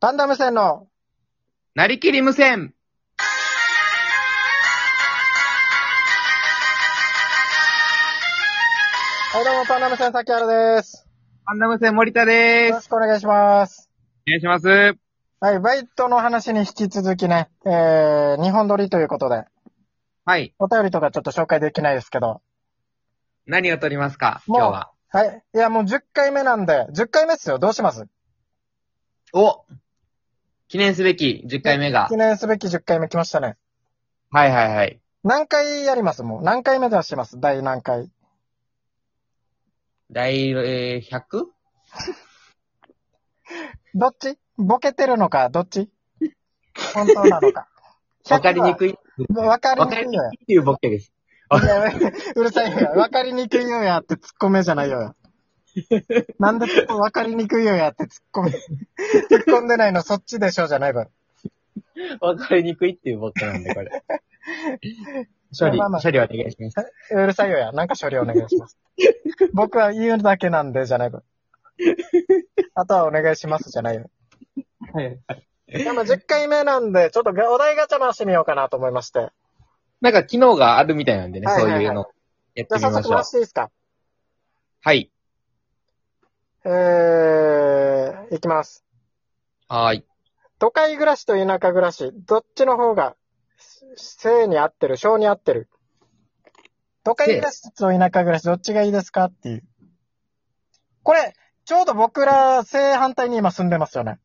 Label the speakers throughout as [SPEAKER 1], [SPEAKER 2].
[SPEAKER 1] パンダム線の、
[SPEAKER 2] なりきり無線
[SPEAKER 1] はいどうも、パンダム線、さきはるです。
[SPEAKER 2] パンダ無線森田で
[SPEAKER 1] よろ
[SPEAKER 2] す。
[SPEAKER 1] しくお願いします。
[SPEAKER 2] お願いします。
[SPEAKER 1] はい、バイトの話に引き続きね、えー、日本撮りということで、
[SPEAKER 2] はい。
[SPEAKER 1] お便りとかちょっと紹介できないですけど、
[SPEAKER 2] 何を撮りますか
[SPEAKER 1] もう
[SPEAKER 2] 今日は。
[SPEAKER 1] はい、いや、もう10回目なんで、10回目っすよ、どうします
[SPEAKER 2] お記念すべき10回目が
[SPEAKER 1] 記。念すべき10回目来ましたね。
[SPEAKER 2] はいはいはい。
[SPEAKER 1] 何回やりますもう、何回目出します第何回。
[SPEAKER 2] 第、えー、100?
[SPEAKER 1] どっちボケてるのか、どっち本当なのか。
[SPEAKER 2] わかりにく
[SPEAKER 1] い。
[SPEAKER 2] い。
[SPEAKER 1] わかり
[SPEAKER 2] わ
[SPEAKER 1] に
[SPEAKER 2] か
[SPEAKER 1] くい
[SPEAKER 2] り
[SPEAKER 1] よ
[SPEAKER 2] にくいっていうボケです。
[SPEAKER 1] いや、うるさいよ。わかりにくいよやって突っ込めじゃないよや。なんで突っ込むわかりにくいよやって突っ込め、突っ込んでないのそっちでしょじゃない分。
[SPEAKER 2] わかりにくいっていうボケなんで、これ。 処理、
[SPEAKER 1] まあまあ
[SPEAKER 2] 処理お願いします。
[SPEAKER 1] うるさいよや。なんか処理お願いします。僕は言うだけなんでじゃない分。あとはお願いしますじゃないよ。でも10回目なんで、ちょっとお題ガチャ回してみようかなと思いまして。
[SPEAKER 2] なんか機能があるみたいなんでね、
[SPEAKER 1] はいは
[SPEAKER 2] そう
[SPEAKER 1] いはい
[SPEAKER 2] いうの。やっ
[SPEAKER 1] じゃ
[SPEAKER 2] て
[SPEAKER 1] あ
[SPEAKER 2] み
[SPEAKER 1] 早
[SPEAKER 2] まし
[SPEAKER 1] 速
[SPEAKER 2] ょう
[SPEAKER 1] 回し。ていいですか
[SPEAKER 2] はい。
[SPEAKER 1] えー、いきます。
[SPEAKER 2] はーい。
[SPEAKER 1] 都会暮らしと田舎暮らし、どっちの方が、性に合ってる、性に合ってる。都会暮らしと田舎暮らし、どっちがいいですかっていう。これ、ちょうど僕ら、正反対に今住んでますよね。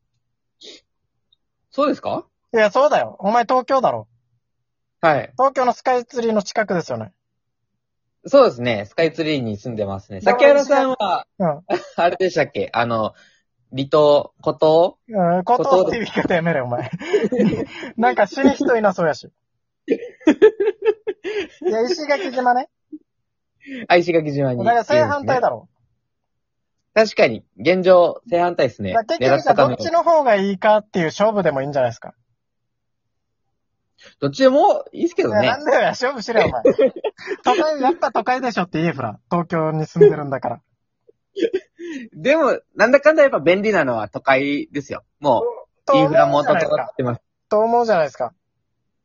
[SPEAKER 2] そうですか
[SPEAKER 1] いや、そうだよ。お前東京だろ。
[SPEAKER 2] はい。
[SPEAKER 1] 東京のスカイツリーの近くですよね。
[SPEAKER 2] そうですね。スカイツリーに住んでますね。
[SPEAKER 1] でも
[SPEAKER 2] 崎原さんは、
[SPEAKER 1] うん。
[SPEAKER 2] あれでしたっけあの、離島、孤島
[SPEAKER 1] うん、ことって言い方やめろよ、お前。なんか死に人いなそうやし。いや、石垣島ね。
[SPEAKER 2] あ石垣島
[SPEAKER 1] だ
[SPEAKER 2] に。
[SPEAKER 1] から正反対
[SPEAKER 2] だ。
[SPEAKER 1] だろ。
[SPEAKER 2] 確かに、現状、正反対ですね
[SPEAKER 1] だ。から
[SPEAKER 2] 狙
[SPEAKER 1] 結局
[SPEAKER 2] った
[SPEAKER 1] さ、ど
[SPEAKER 2] かも
[SPEAKER 1] っちの方がいいかっていう勝負でもいいんじゃないですか。
[SPEAKER 2] どっちでもいいですけど
[SPEAKER 1] いや
[SPEAKER 2] ね
[SPEAKER 1] な。んだよ、勝負しろよ、お 前。都会、やっぱ都会でしょって言え、フラ。東京に住んでるんだから。
[SPEAKER 2] でも、なんだかんだやっぱ便利なのは都会ですよ。もう、インフラも整
[SPEAKER 1] と思うじゃないですか。
[SPEAKER 2] ってます。
[SPEAKER 1] と思うじゃないですか。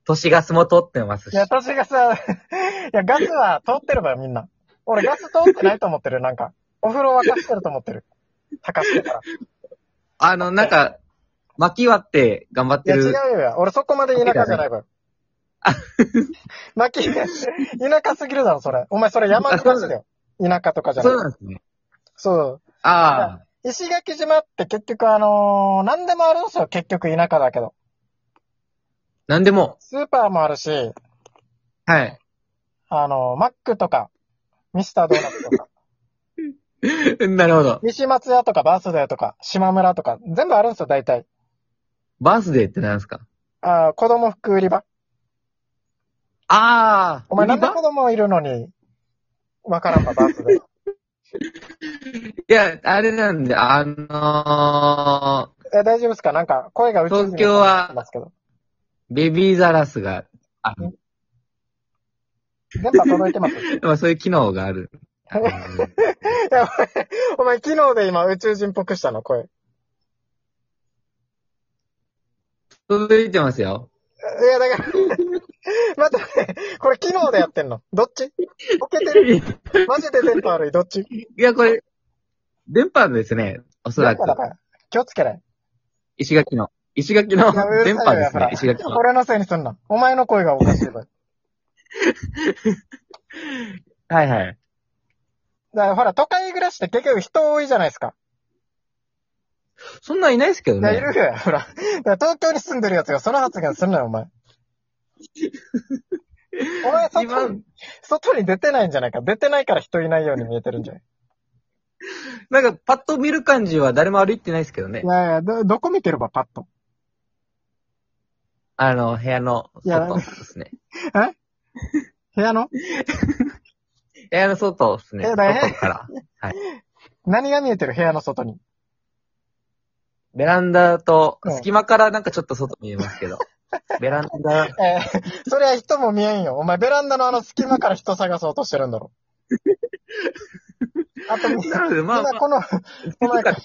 [SPEAKER 2] 都市ガスも通ってます
[SPEAKER 1] い
[SPEAKER 2] し。
[SPEAKER 1] や、私がさ、いや、ガスは通ってればよ、みんな。俺、ガス通ってないと思ってる、なんか。お風呂沸かしてると思ってる。沸かしてから。
[SPEAKER 2] あの、なんか、薪割って頑張っ
[SPEAKER 1] い
[SPEAKER 2] て
[SPEAKER 1] や、違
[SPEAKER 2] る。
[SPEAKER 1] うよ。俺、そこまで田舎じゃない分。 マキ、田舎すぎるだろ、それ。お前、それ山暮らしだよ。田舎とかじゃ
[SPEAKER 2] そう
[SPEAKER 1] ない。
[SPEAKER 2] なんですね。
[SPEAKER 1] そう。
[SPEAKER 2] ああ。
[SPEAKER 1] 石垣島って結局あのー何でもあるんですよ、結局田舎だけど。
[SPEAKER 2] なんでも。
[SPEAKER 1] スーパーもあるし、
[SPEAKER 2] はい。
[SPEAKER 1] あのーマックとか、ミスタードーナツと か、
[SPEAKER 2] なるほど。
[SPEAKER 1] 西松屋とかバースデーとか、島村とか、全部あるんですよ、大体。
[SPEAKER 2] バースデーってなんですか
[SPEAKER 1] あー子供服売り場。
[SPEAKER 2] ああ。
[SPEAKER 1] お前
[SPEAKER 2] 売
[SPEAKER 1] な
[SPEAKER 2] り
[SPEAKER 1] んで
[SPEAKER 2] 場
[SPEAKER 1] 子供いるのに、わからんわ、バースデー。
[SPEAKER 2] いや、あれなんで、あの
[SPEAKER 1] え、大丈夫ですかなんか、声がうち
[SPEAKER 2] 東京は
[SPEAKER 1] ますけど。
[SPEAKER 2] ー、ベビーザラスが、あの
[SPEAKER 1] 電波届いてます い
[SPEAKER 2] まあそういう機能がある。あの
[SPEAKER 1] や、お前、お前昨日で今宇宙人っぽくしたの、声。
[SPEAKER 2] 届いてますよ。
[SPEAKER 1] いや、だから、 待って、これ昨日でやってんのどっちボケてるマジで電波悪い、どっち
[SPEAKER 2] いや、これ、電波ですね。おそら
[SPEAKER 1] 電波。
[SPEAKER 2] く
[SPEAKER 1] だから。気をつけない。
[SPEAKER 2] 石垣の。石垣の
[SPEAKER 1] いやうるさい
[SPEAKER 2] 電
[SPEAKER 1] よ
[SPEAKER 2] 波ですね
[SPEAKER 1] や。っぱ
[SPEAKER 2] 石垣の。
[SPEAKER 1] 俺のせいにすんな。お前の声がおかしい分。
[SPEAKER 2] はいはい。
[SPEAKER 1] だからほら、都会暮らしって結局人多いじゃないですか。
[SPEAKER 2] そんなんいないですけど
[SPEAKER 1] いや、い
[SPEAKER 2] ね。
[SPEAKER 1] るよ、ほら。だから東京に住んでるやつがその発言すんなよ、お前。お前、外に
[SPEAKER 2] 今、
[SPEAKER 1] 外に出てないんじゃないか。出てないから人いないように見えてるんじゃない
[SPEAKER 2] なんか、パッと見る感じは誰も歩いてないですけどね
[SPEAKER 1] い。やいや、ど、どこ見てればパッと。
[SPEAKER 2] あの、部屋の外
[SPEAKER 1] いや
[SPEAKER 2] ですね。
[SPEAKER 1] 部屋の
[SPEAKER 2] 部屋の外です
[SPEAKER 1] い
[SPEAKER 2] ね。
[SPEAKER 1] や
[SPEAKER 2] 外
[SPEAKER 1] だい
[SPEAKER 2] から。
[SPEAKER 1] 何が見えてる部屋の外に。
[SPEAKER 2] ベランダと
[SPEAKER 1] うん、
[SPEAKER 2] 隙間からなんかちょっと外見えます けど。ベランダ、
[SPEAKER 1] えー、そりゃ人も 見えんよ。お前ベランダのあの隙間から人探そうとしてるんだろ。あと、
[SPEAKER 2] なので、まあ、ま
[SPEAKER 1] 今この、この中で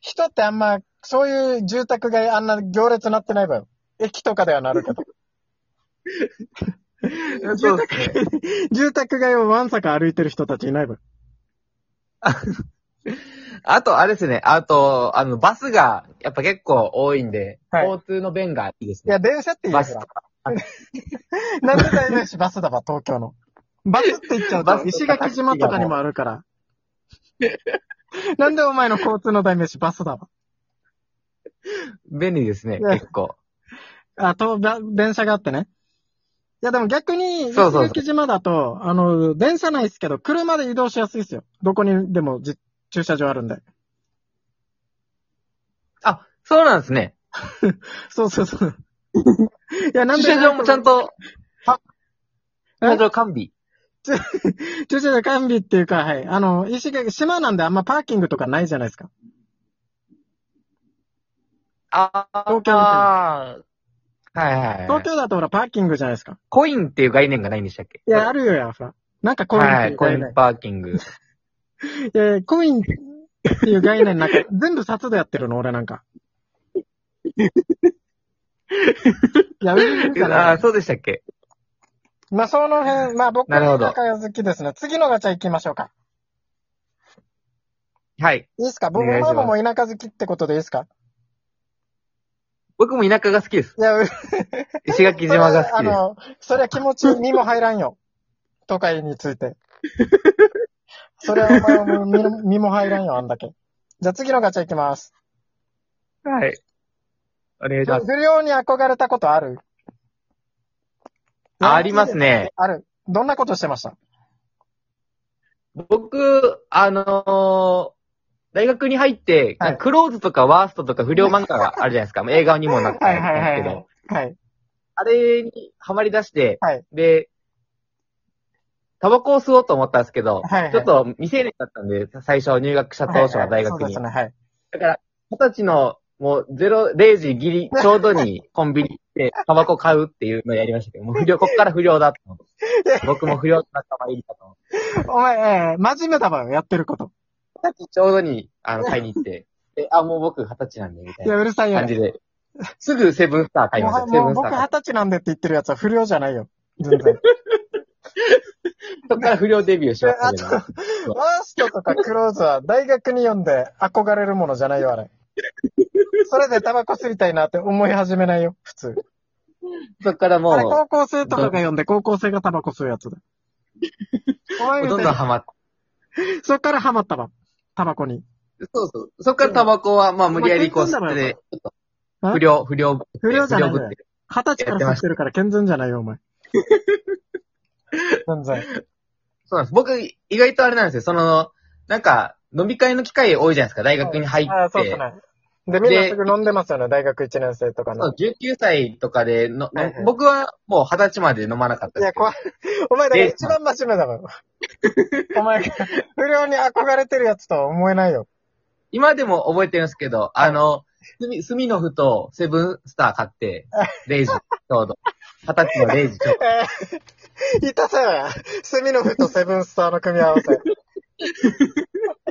[SPEAKER 1] 人ってあんま、そういう住宅街あんな行列なってないわよ。駅とかではなるけど。
[SPEAKER 2] あ、そうですね。
[SPEAKER 1] 住宅街をわんさか歩いてる人たちいないわよ。
[SPEAKER 2] あと、あれですね。あと、あの、バスが、やっぱ結構多いんで、
[SPEAKER 1] はい
[SPEAKER 2] 交通の便がいいです
[SPEAKER 1] い
[SPEAKER 2] ね。
[SPEAKER 1] や、電車って言
[SPEAKER 2] バ
[SPEAKER 1] う
[SPEAKER 2] ス
[SPEAKER 1] か
[SPEAKER 2] と
[SPEAKER 1] ら。
[SPEAKER 2] か。
[SPEAKER 1] なんで代名詞バスだわ、東京の。バスって言っちゃう
[SPEAKER 2] バス
[SPEAKER 1] と、石垣島とかにもあるから。 なんでお前の交通の代名詞バスだわ。
[SPEAKER 2] 便利ですね、
[SPEAKER 1] いや
[SPEAKER 2] 結構。
[SPEAKER 1] あ、と、だ電車があってね。いや、でも逆に、石
[SPEAKER 2] そうそうそう
[SPEAKER 1] 垣島だと、あの、電車ないですけど、車で移動しやすいですよ。どこにでもじ駐車場あるんで。
[SPEAKER 2] あ、そうなんですね。
[SPEAKER 1] そうそうそう。いや、なん
[SPEAKER 2] 駐
[SPEAKER 1] で
[SPEAKER 2] 車場もちゃんと、
[SPEAKER 1] あ
[SPEAKER 2] 駐車場完備。
[SPEAKER 1] 駐車場完備っていうか、はい。あの、石垣、島なんであんまパーキングとかないじゃないですか。
[SPEAKER 2] ああ、
[SPEAKER 1] 東京み
[SPEAKER 2] はいはいはい。
[SPEAKER 1] 東京だとほら、パーキングじゃないですか。
[SPEAKER 2] コインっていう概念がないんでしたっけ
[SPEAKER 1] いや、あるよや、ほら。なんかコインって
[SPEAKER 2] はいい、
[SPEAKER 1] う
[SPEAKER 2] コイ
[SPEAKER 1] 概
[SPEAKER 2] ン
[SPEAKER 1] 念。
[SPEAKER 2] パーキ ング。
[SPEAKER 1] いやいや、コインっていう概念なんか、全部札でやってるの、俺なん か。いや、うんうんかな
[SPEAKER 2] ああ、そうでしたっけ
[SPEAKER 1] まあ、その辺、まあ僕
[SPEAKER 2] なる
[SPEAKER 1] は
[SPEAKER 2] ほど
[SPEAKER 1] 田舎が好きですね。次のガチャ行きましょうか。
[SPEAKER 2] はい。
[SPEAKER 1] いいですか僕
[SPEAKER 2] お願いし
[SPEAKER 1] マ
[SPEAKER 2] ます
[SPEAKER 1] マも田舎好きってことでいいですか
[SPEAKER 2] 僕も田舎が好きです。
[SPEAKER 1] いや、う
[SPEAKER 2] 石垣島が好
[SPEAKER 1] あ
[SPEAKER 2] きです。
[SPEAKER 1] の、それは気持ちにも入らんよ。 都会について。それはお前はもう身 の身も入らんよ、あんだけ。じゃあ次のガチャ行きます。
[SPEAKER 2] はい。お願いします。
[SPEAKER 1] 不良に憧れたことある
[SPEAKER 2] ああります。ね。
[SPEAKER 1] ある。どんなことしてました
[SPEAKER 2] 僕、あのー大学に入って、
[SPEAKER 1] はい
[SPEAKER 2] クローズとかワーストとか不良漫画があるじゃな いですか。映画にもなったんですけど。
[SPEAKER 1] はい。
[SPEAKER 2] あれにハマり出して、
[SPEAKER 1] はい
[SPEAKER 2] で、タバコを吸おうと思ったんですけど、
[SPEAKER 1] はいはい
[SPEAKER 2] ちょっと未成年だったんで、最初入学した当初は大学に。
[SPEAKER 1] はいはいそうですね、はい。
[SPEAKER 2] だから、二十歳の、もう、ゼロ、0時ギ リ、ちょうどにコンビニ行って、タバコ買うっていうのをやりましたけど、もう不良、こっから不良だと思って。僕も不良の仲間入りだと思って。
[SPEAKER 1] お前、えー真面目だわよ、やってること。
[SPEAKER 2] 二十歳ちょうどに、あの、買いに行 って、で、あ、もう僕二十歳なんで、みたい
[SPEAKER 1] いや、
[SPEAKER 2] な
[SPEAKER 1] うるさいよ
[SPEAKER 2] 感。じで。すぐセブンスター買いました。セ
[SPEAKER 1] も
[SPEAKER 2] ブ
[SPEAKER 1] う
[SPEAKER 2] ンス
[SPEAKER 1] 僕
[SPEAKER 2] ター
[SPEAKER 1] 二
[SPEAKER 2] 買っ
[SPEAKER 1] 十歳なんでって言ってるやつは不良じゃないよ。全然。
[SPEAKER 2] た。そっから不良デビューしましたけど。
[SPEAKER 1] あワーストとかクローズは大学に読んで憧れるものじゃないよ、あれ。それでタバコ吸いたいなって思い始めないよ、普通。
[SPEAKER 2] そっから
[SPEAKER 1] あれ、
[SPEAKER 2] も
[SPEAKER 1] 高校生とかが読んで高校生がタバコ吸うやつだ。お
[SPEAKER 2] う、
[SPEAKER 1] 前
[SPEAKER 2] どんどんハマって。
[SPEAKER 1] そっからハマったわ。タバコに。
[SPEAKER 2] そうそう。そっからタバコは、まあ、無理やりこう
[SPEAKER 1] お前
[SPEAKER 2] 吸っ
[SPEAKER 1] 健全だ
[SPEAKER 2] て、ちょっと不良、不良ぶって、
[SPEAKER 1] 不良じゃないんだよ
[SPEAKER 2] 不良ぶって
[SPEAKER 1] 二十歳から吸ってるから健全じゃないよ、お前。全然。
[SPEAKER 2] そうなんです。僕、意外とあれなんですよ。その、なんか、飲み会の機会多いじゃないですか。大学に入って。
[SPEAKER 1] ああ、そうですね。で、みんなすぐ飲んでますよね、大学1年生とか
[SPEAKER 2] そ
[SPEAKER 1] の
[SPEAKER 2] う。19歳とかでの、
[SPEAKER 1] はいはい
[SPEAKER 2] 僕はもう20歳まで飲まなかった
[SPEAKER 1] い
[SPEAKER 2] です
[SPEAKER 1] や、
[SPEAKER 2] けど
[SPEAKER 1] 怖い。お前だから一番真面目だから。お前が不良に憧れてるやつとは思えないよ。
[SPEAKER 2] 今でも覚えてるんですけど、あの、スミスミノフとセブンスター買 って、0時、ちょうど。20歳の0時ちょう
[SPEAKER 1] えー、いたさや。セミノフとセブンスターの組み合わせ。不
[SPEAKER 2] ど。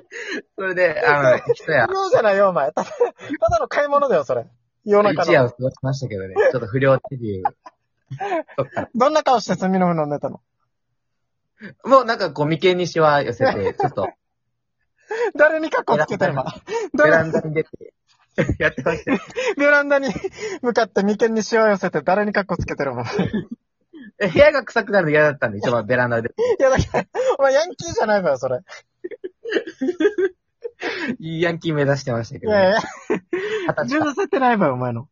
[SPEAKER 2] それで、あの、 一夜、
[SPEAKER 1] 良じゃないよ、お前。ただ、ただの買い物だよ、それ。夜中
[SPEAKER 2] 一夜を
[SPEAKER 1] の。
[SPEAKER 2] 過ごしましたけどね。ちょっと不良デビュー。とか。
[SPEAKER 1] どんな顔してセミノフ飲んでたの
[SPEAKER 2] もうなんかこう、眉間にしわ寄せ て、ちょっと、
[SPEAKER 1] 誰に格好つけてるの
[SPEAKER 2] ベラ
[SPEAKER 1] 誰
[SPEAKER 2] ンダに出て、やってましたよ。
[SPEAKER 1] ベランダに向かって眉間にしわ寄せて誰に格好つけてるのい
[SPEAKER 2] え 部屋が臭くなるの嫌だったんで、一応まあベランダで。
[SPEAKER 1] や、だから、お前ヤンキーじゃないわよ、それ。
[SPEAKER 2] いいヤンキー目指してましたけ
[SPEAKER 1] い
[SPEAKER 2] ど、
[SPEAKER 1] やい
[SPEAKER 2] ね。
[SPEAKER 1] や、
[SPEAKER 2] 二
[SPEAKER 1] 充
[SPEAKER 2] 十歳か
[SPEAKER 1] 実せてないわよ、お前の。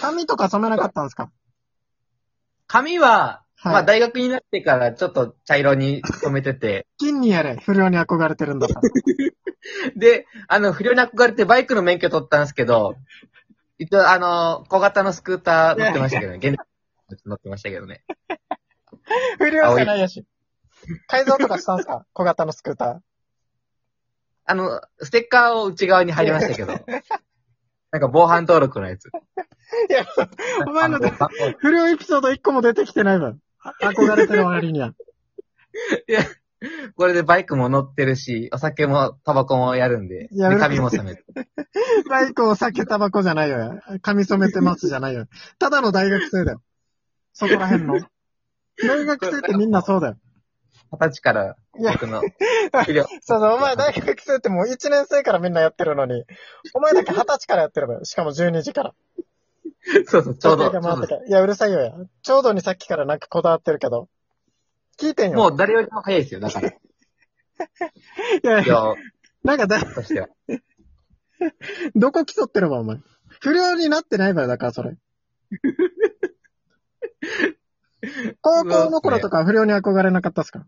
[SPEAKER 1] 髪とか染めなかったんですか
[SPEAKER 2] 髪は、
[SPEAKER 1] はい
[SPEAKER 2] まあ大学になってからちょっと茶色に染めてて、
[SPEAKER 1] 金にやれ、不良に憧れてるんだから。
[SPEAKER 2] で、あの、不良に憧れてバイクの免許取ったんですけど、一応あの、小型のスクーター乗ってましたけどね、現在乗ってましたけどね。
[SPEAKER 1] 不良じゃないやし。改造とかしたんすか小型のスクータ
[SPEAKER 2] あの、ステッカーを内側に貼りましたけど、なんか防犯登録のやつ。
[SPEAKER 1] ー。いや、お前の
[SPEAKER 2] あ防犯
[SPEAKER 1] 不良エピソード一個も出てきてないわ。あ憧れてる割には。
[SPEAKER 2] これでバイクも乗ってるし、お酒もタバコもやるんで、
[SPEAKER 1] やる
[SPEAKER 2] で髪も染める。
[SPEAKER 1] バイク、お酒、タバコじゃないよ。髪染めてますじゃないよ。ただの大学生だよ。そこら辺 の。大学生ってみんなそうだよ。
[SPEAKER 2] 二十歳から
[SPEAKER 1] いや
[SPEAKER 2] 僕の医療。
[SPEAKER 1] そうそう、お前大学生ってもう1年生からみんなやってるのに、お前だけ20歳からやってるのよ。しかも12時から。
[SPEAKER 2] そうそう、ちょうど。
[SPEAKER 1] 時計が回っ
[SPEAKER 2] ちょう
[SPEAKER 1] て
[SPEAKER 2] ど
[SPEAKER 1] からいや、うるさいよや。ちょうどにさっきからなんかこだわってるけど。聞いてんよ。
[SPEAKER 2] もう誰よりも早いですよ、だから。
[SPEAKER 1] いやいや、
[SPEAKER 2] 今
[SPEAKER 1] なんかだ、
[SPEAKER 2] 日としては。
[SPEAKER 1] どこ競ってるわ、お前。不良になってないわよ、だから、 それ。高校の頃とか不良に憧れなかったっすか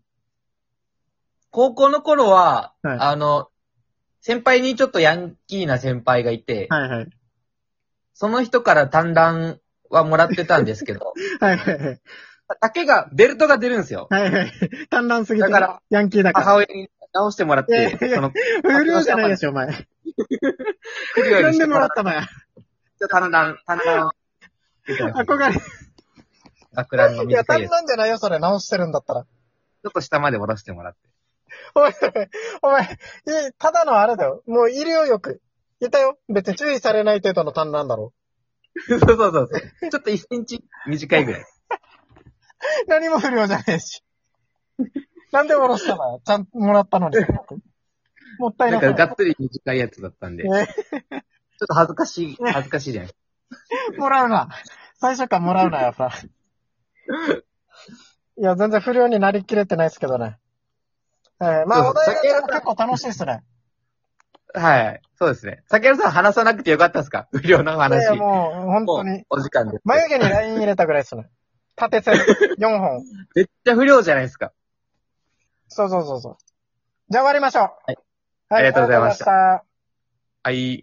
[SPEAKER 2] 高校の頃は、
[SPEAKER 1] はい
[SPEAKER 2] あの、先輩にちょっとヤンキーな先輩がいて、
[SPEAKER 1] はいはい。
[SPEAKER 2] その人から短ランはもらってたんですけ ど、
[SPEAKER 1] はいはいはい。
[SPEAKER 2] 丈が、ベルトが出るんですよ。
[SPEAKER 1] はいはい。短乱すぎて
[SPEAKER 2] だから、
[SPEAKER 1] ヤンキーだから。
[SPEAKER 2] 母親に直してもらっ
[SPEAKER 1] いやい
[SPEAKER 2] て、
[SPEAKER 1] やいや
[SPEAKER 2] その、
[SPEAKER 1] 不良じゃないでしょ、お前。
[SPEAKER 2] 来るよう
[SPEAKER 1] 呼
[SPEAKER 2] に
[SPEAKER 1] ん
[SPEAKER 2] し
[SPEAKER 1] で
[SPEAKER 2] て
[SPEAKER 1] も
[SPEAKER 2] も
[SPEAKER 1] ら
[SPEAKER 2] ら
[SPEAKER 1] っ
[SPEAKER 2] った
[SPEAKER 1] まえ。
[SPEAKER 2] て、短ラン、短ランをつけてました。
[SPEAKER 1] 憧れ。
[SPEAKER 2] 学ランの
[SPEAKER 1] いや、
[SPEAKER 2] 短
[SPEAKER 1] 短
[SPEAKER 2] いやつ。ち
[SPEAKER 1] 乱じゃないよ、それ。直してるんだったら。
[SPEAKER 2] ょっと下まで下ろしてもらって。
[SPEAKER 1] おい、お前、いいただのあれだよ。もういるよ、よく。いたよ。別に注意されない程度の短乱だろ
[SPEAKER 2] そうそうそうそう。ちょっと1センチ短いぐらい。
[SPEAKER 1] う。何も不良じゃねえし。なんで下ろしたのちゃんともらったのに。もったい
[SPEAKER 2] な
[SPEAKER 1] なんさ
[SPEAKER 2] か、
[SPEAKER 1] い。
[SPEAKER 2] がっつり短いやつだったんで、ちょっ
[SPEAKER 1] ね
[SPEAKER 2] と恥ずかしい、恥ずかしいじゃない。
[SPEAKER 1] もらうな。最初からもらうな、やっぱ。いや、全然不良になりきれてないですけどね。えー、まあ、
[SPEAKER 2] そう
[SPEAKER 1] お題
[SPEAKER 2] 酒
[SPEAKER 1] が
[SPEAKER 2] は
[SPEAKER 1] 結構楽しいですね。
[SPEAKER 2] はい。そうですね。先原さん話さなくてよかったですか無料の
[SPEAKER 1] いやい
[SPEAKER 2] 話。
[SPEAKER 1] や、もう、本当
[SPEAKER 2] も
[SPEAKER 1] に。
[SPEAKER 2] うお時間です。
[SPEAKER 1] 眉毛にライン入れたぐらいですね。縦線4本。
[SPEAKER 2] めっちゃ不良じゃないですか。
[SPEAKER 1] そうそうそうそう。じゃあ終わりましょう。はい。
[SPEAKER 2] ありがとうございまし
[SPEAKER 1] あ
[SPEAKER 2] た
[SPEAKER 1] りがとうございました。
[SPEAKER 2] はい。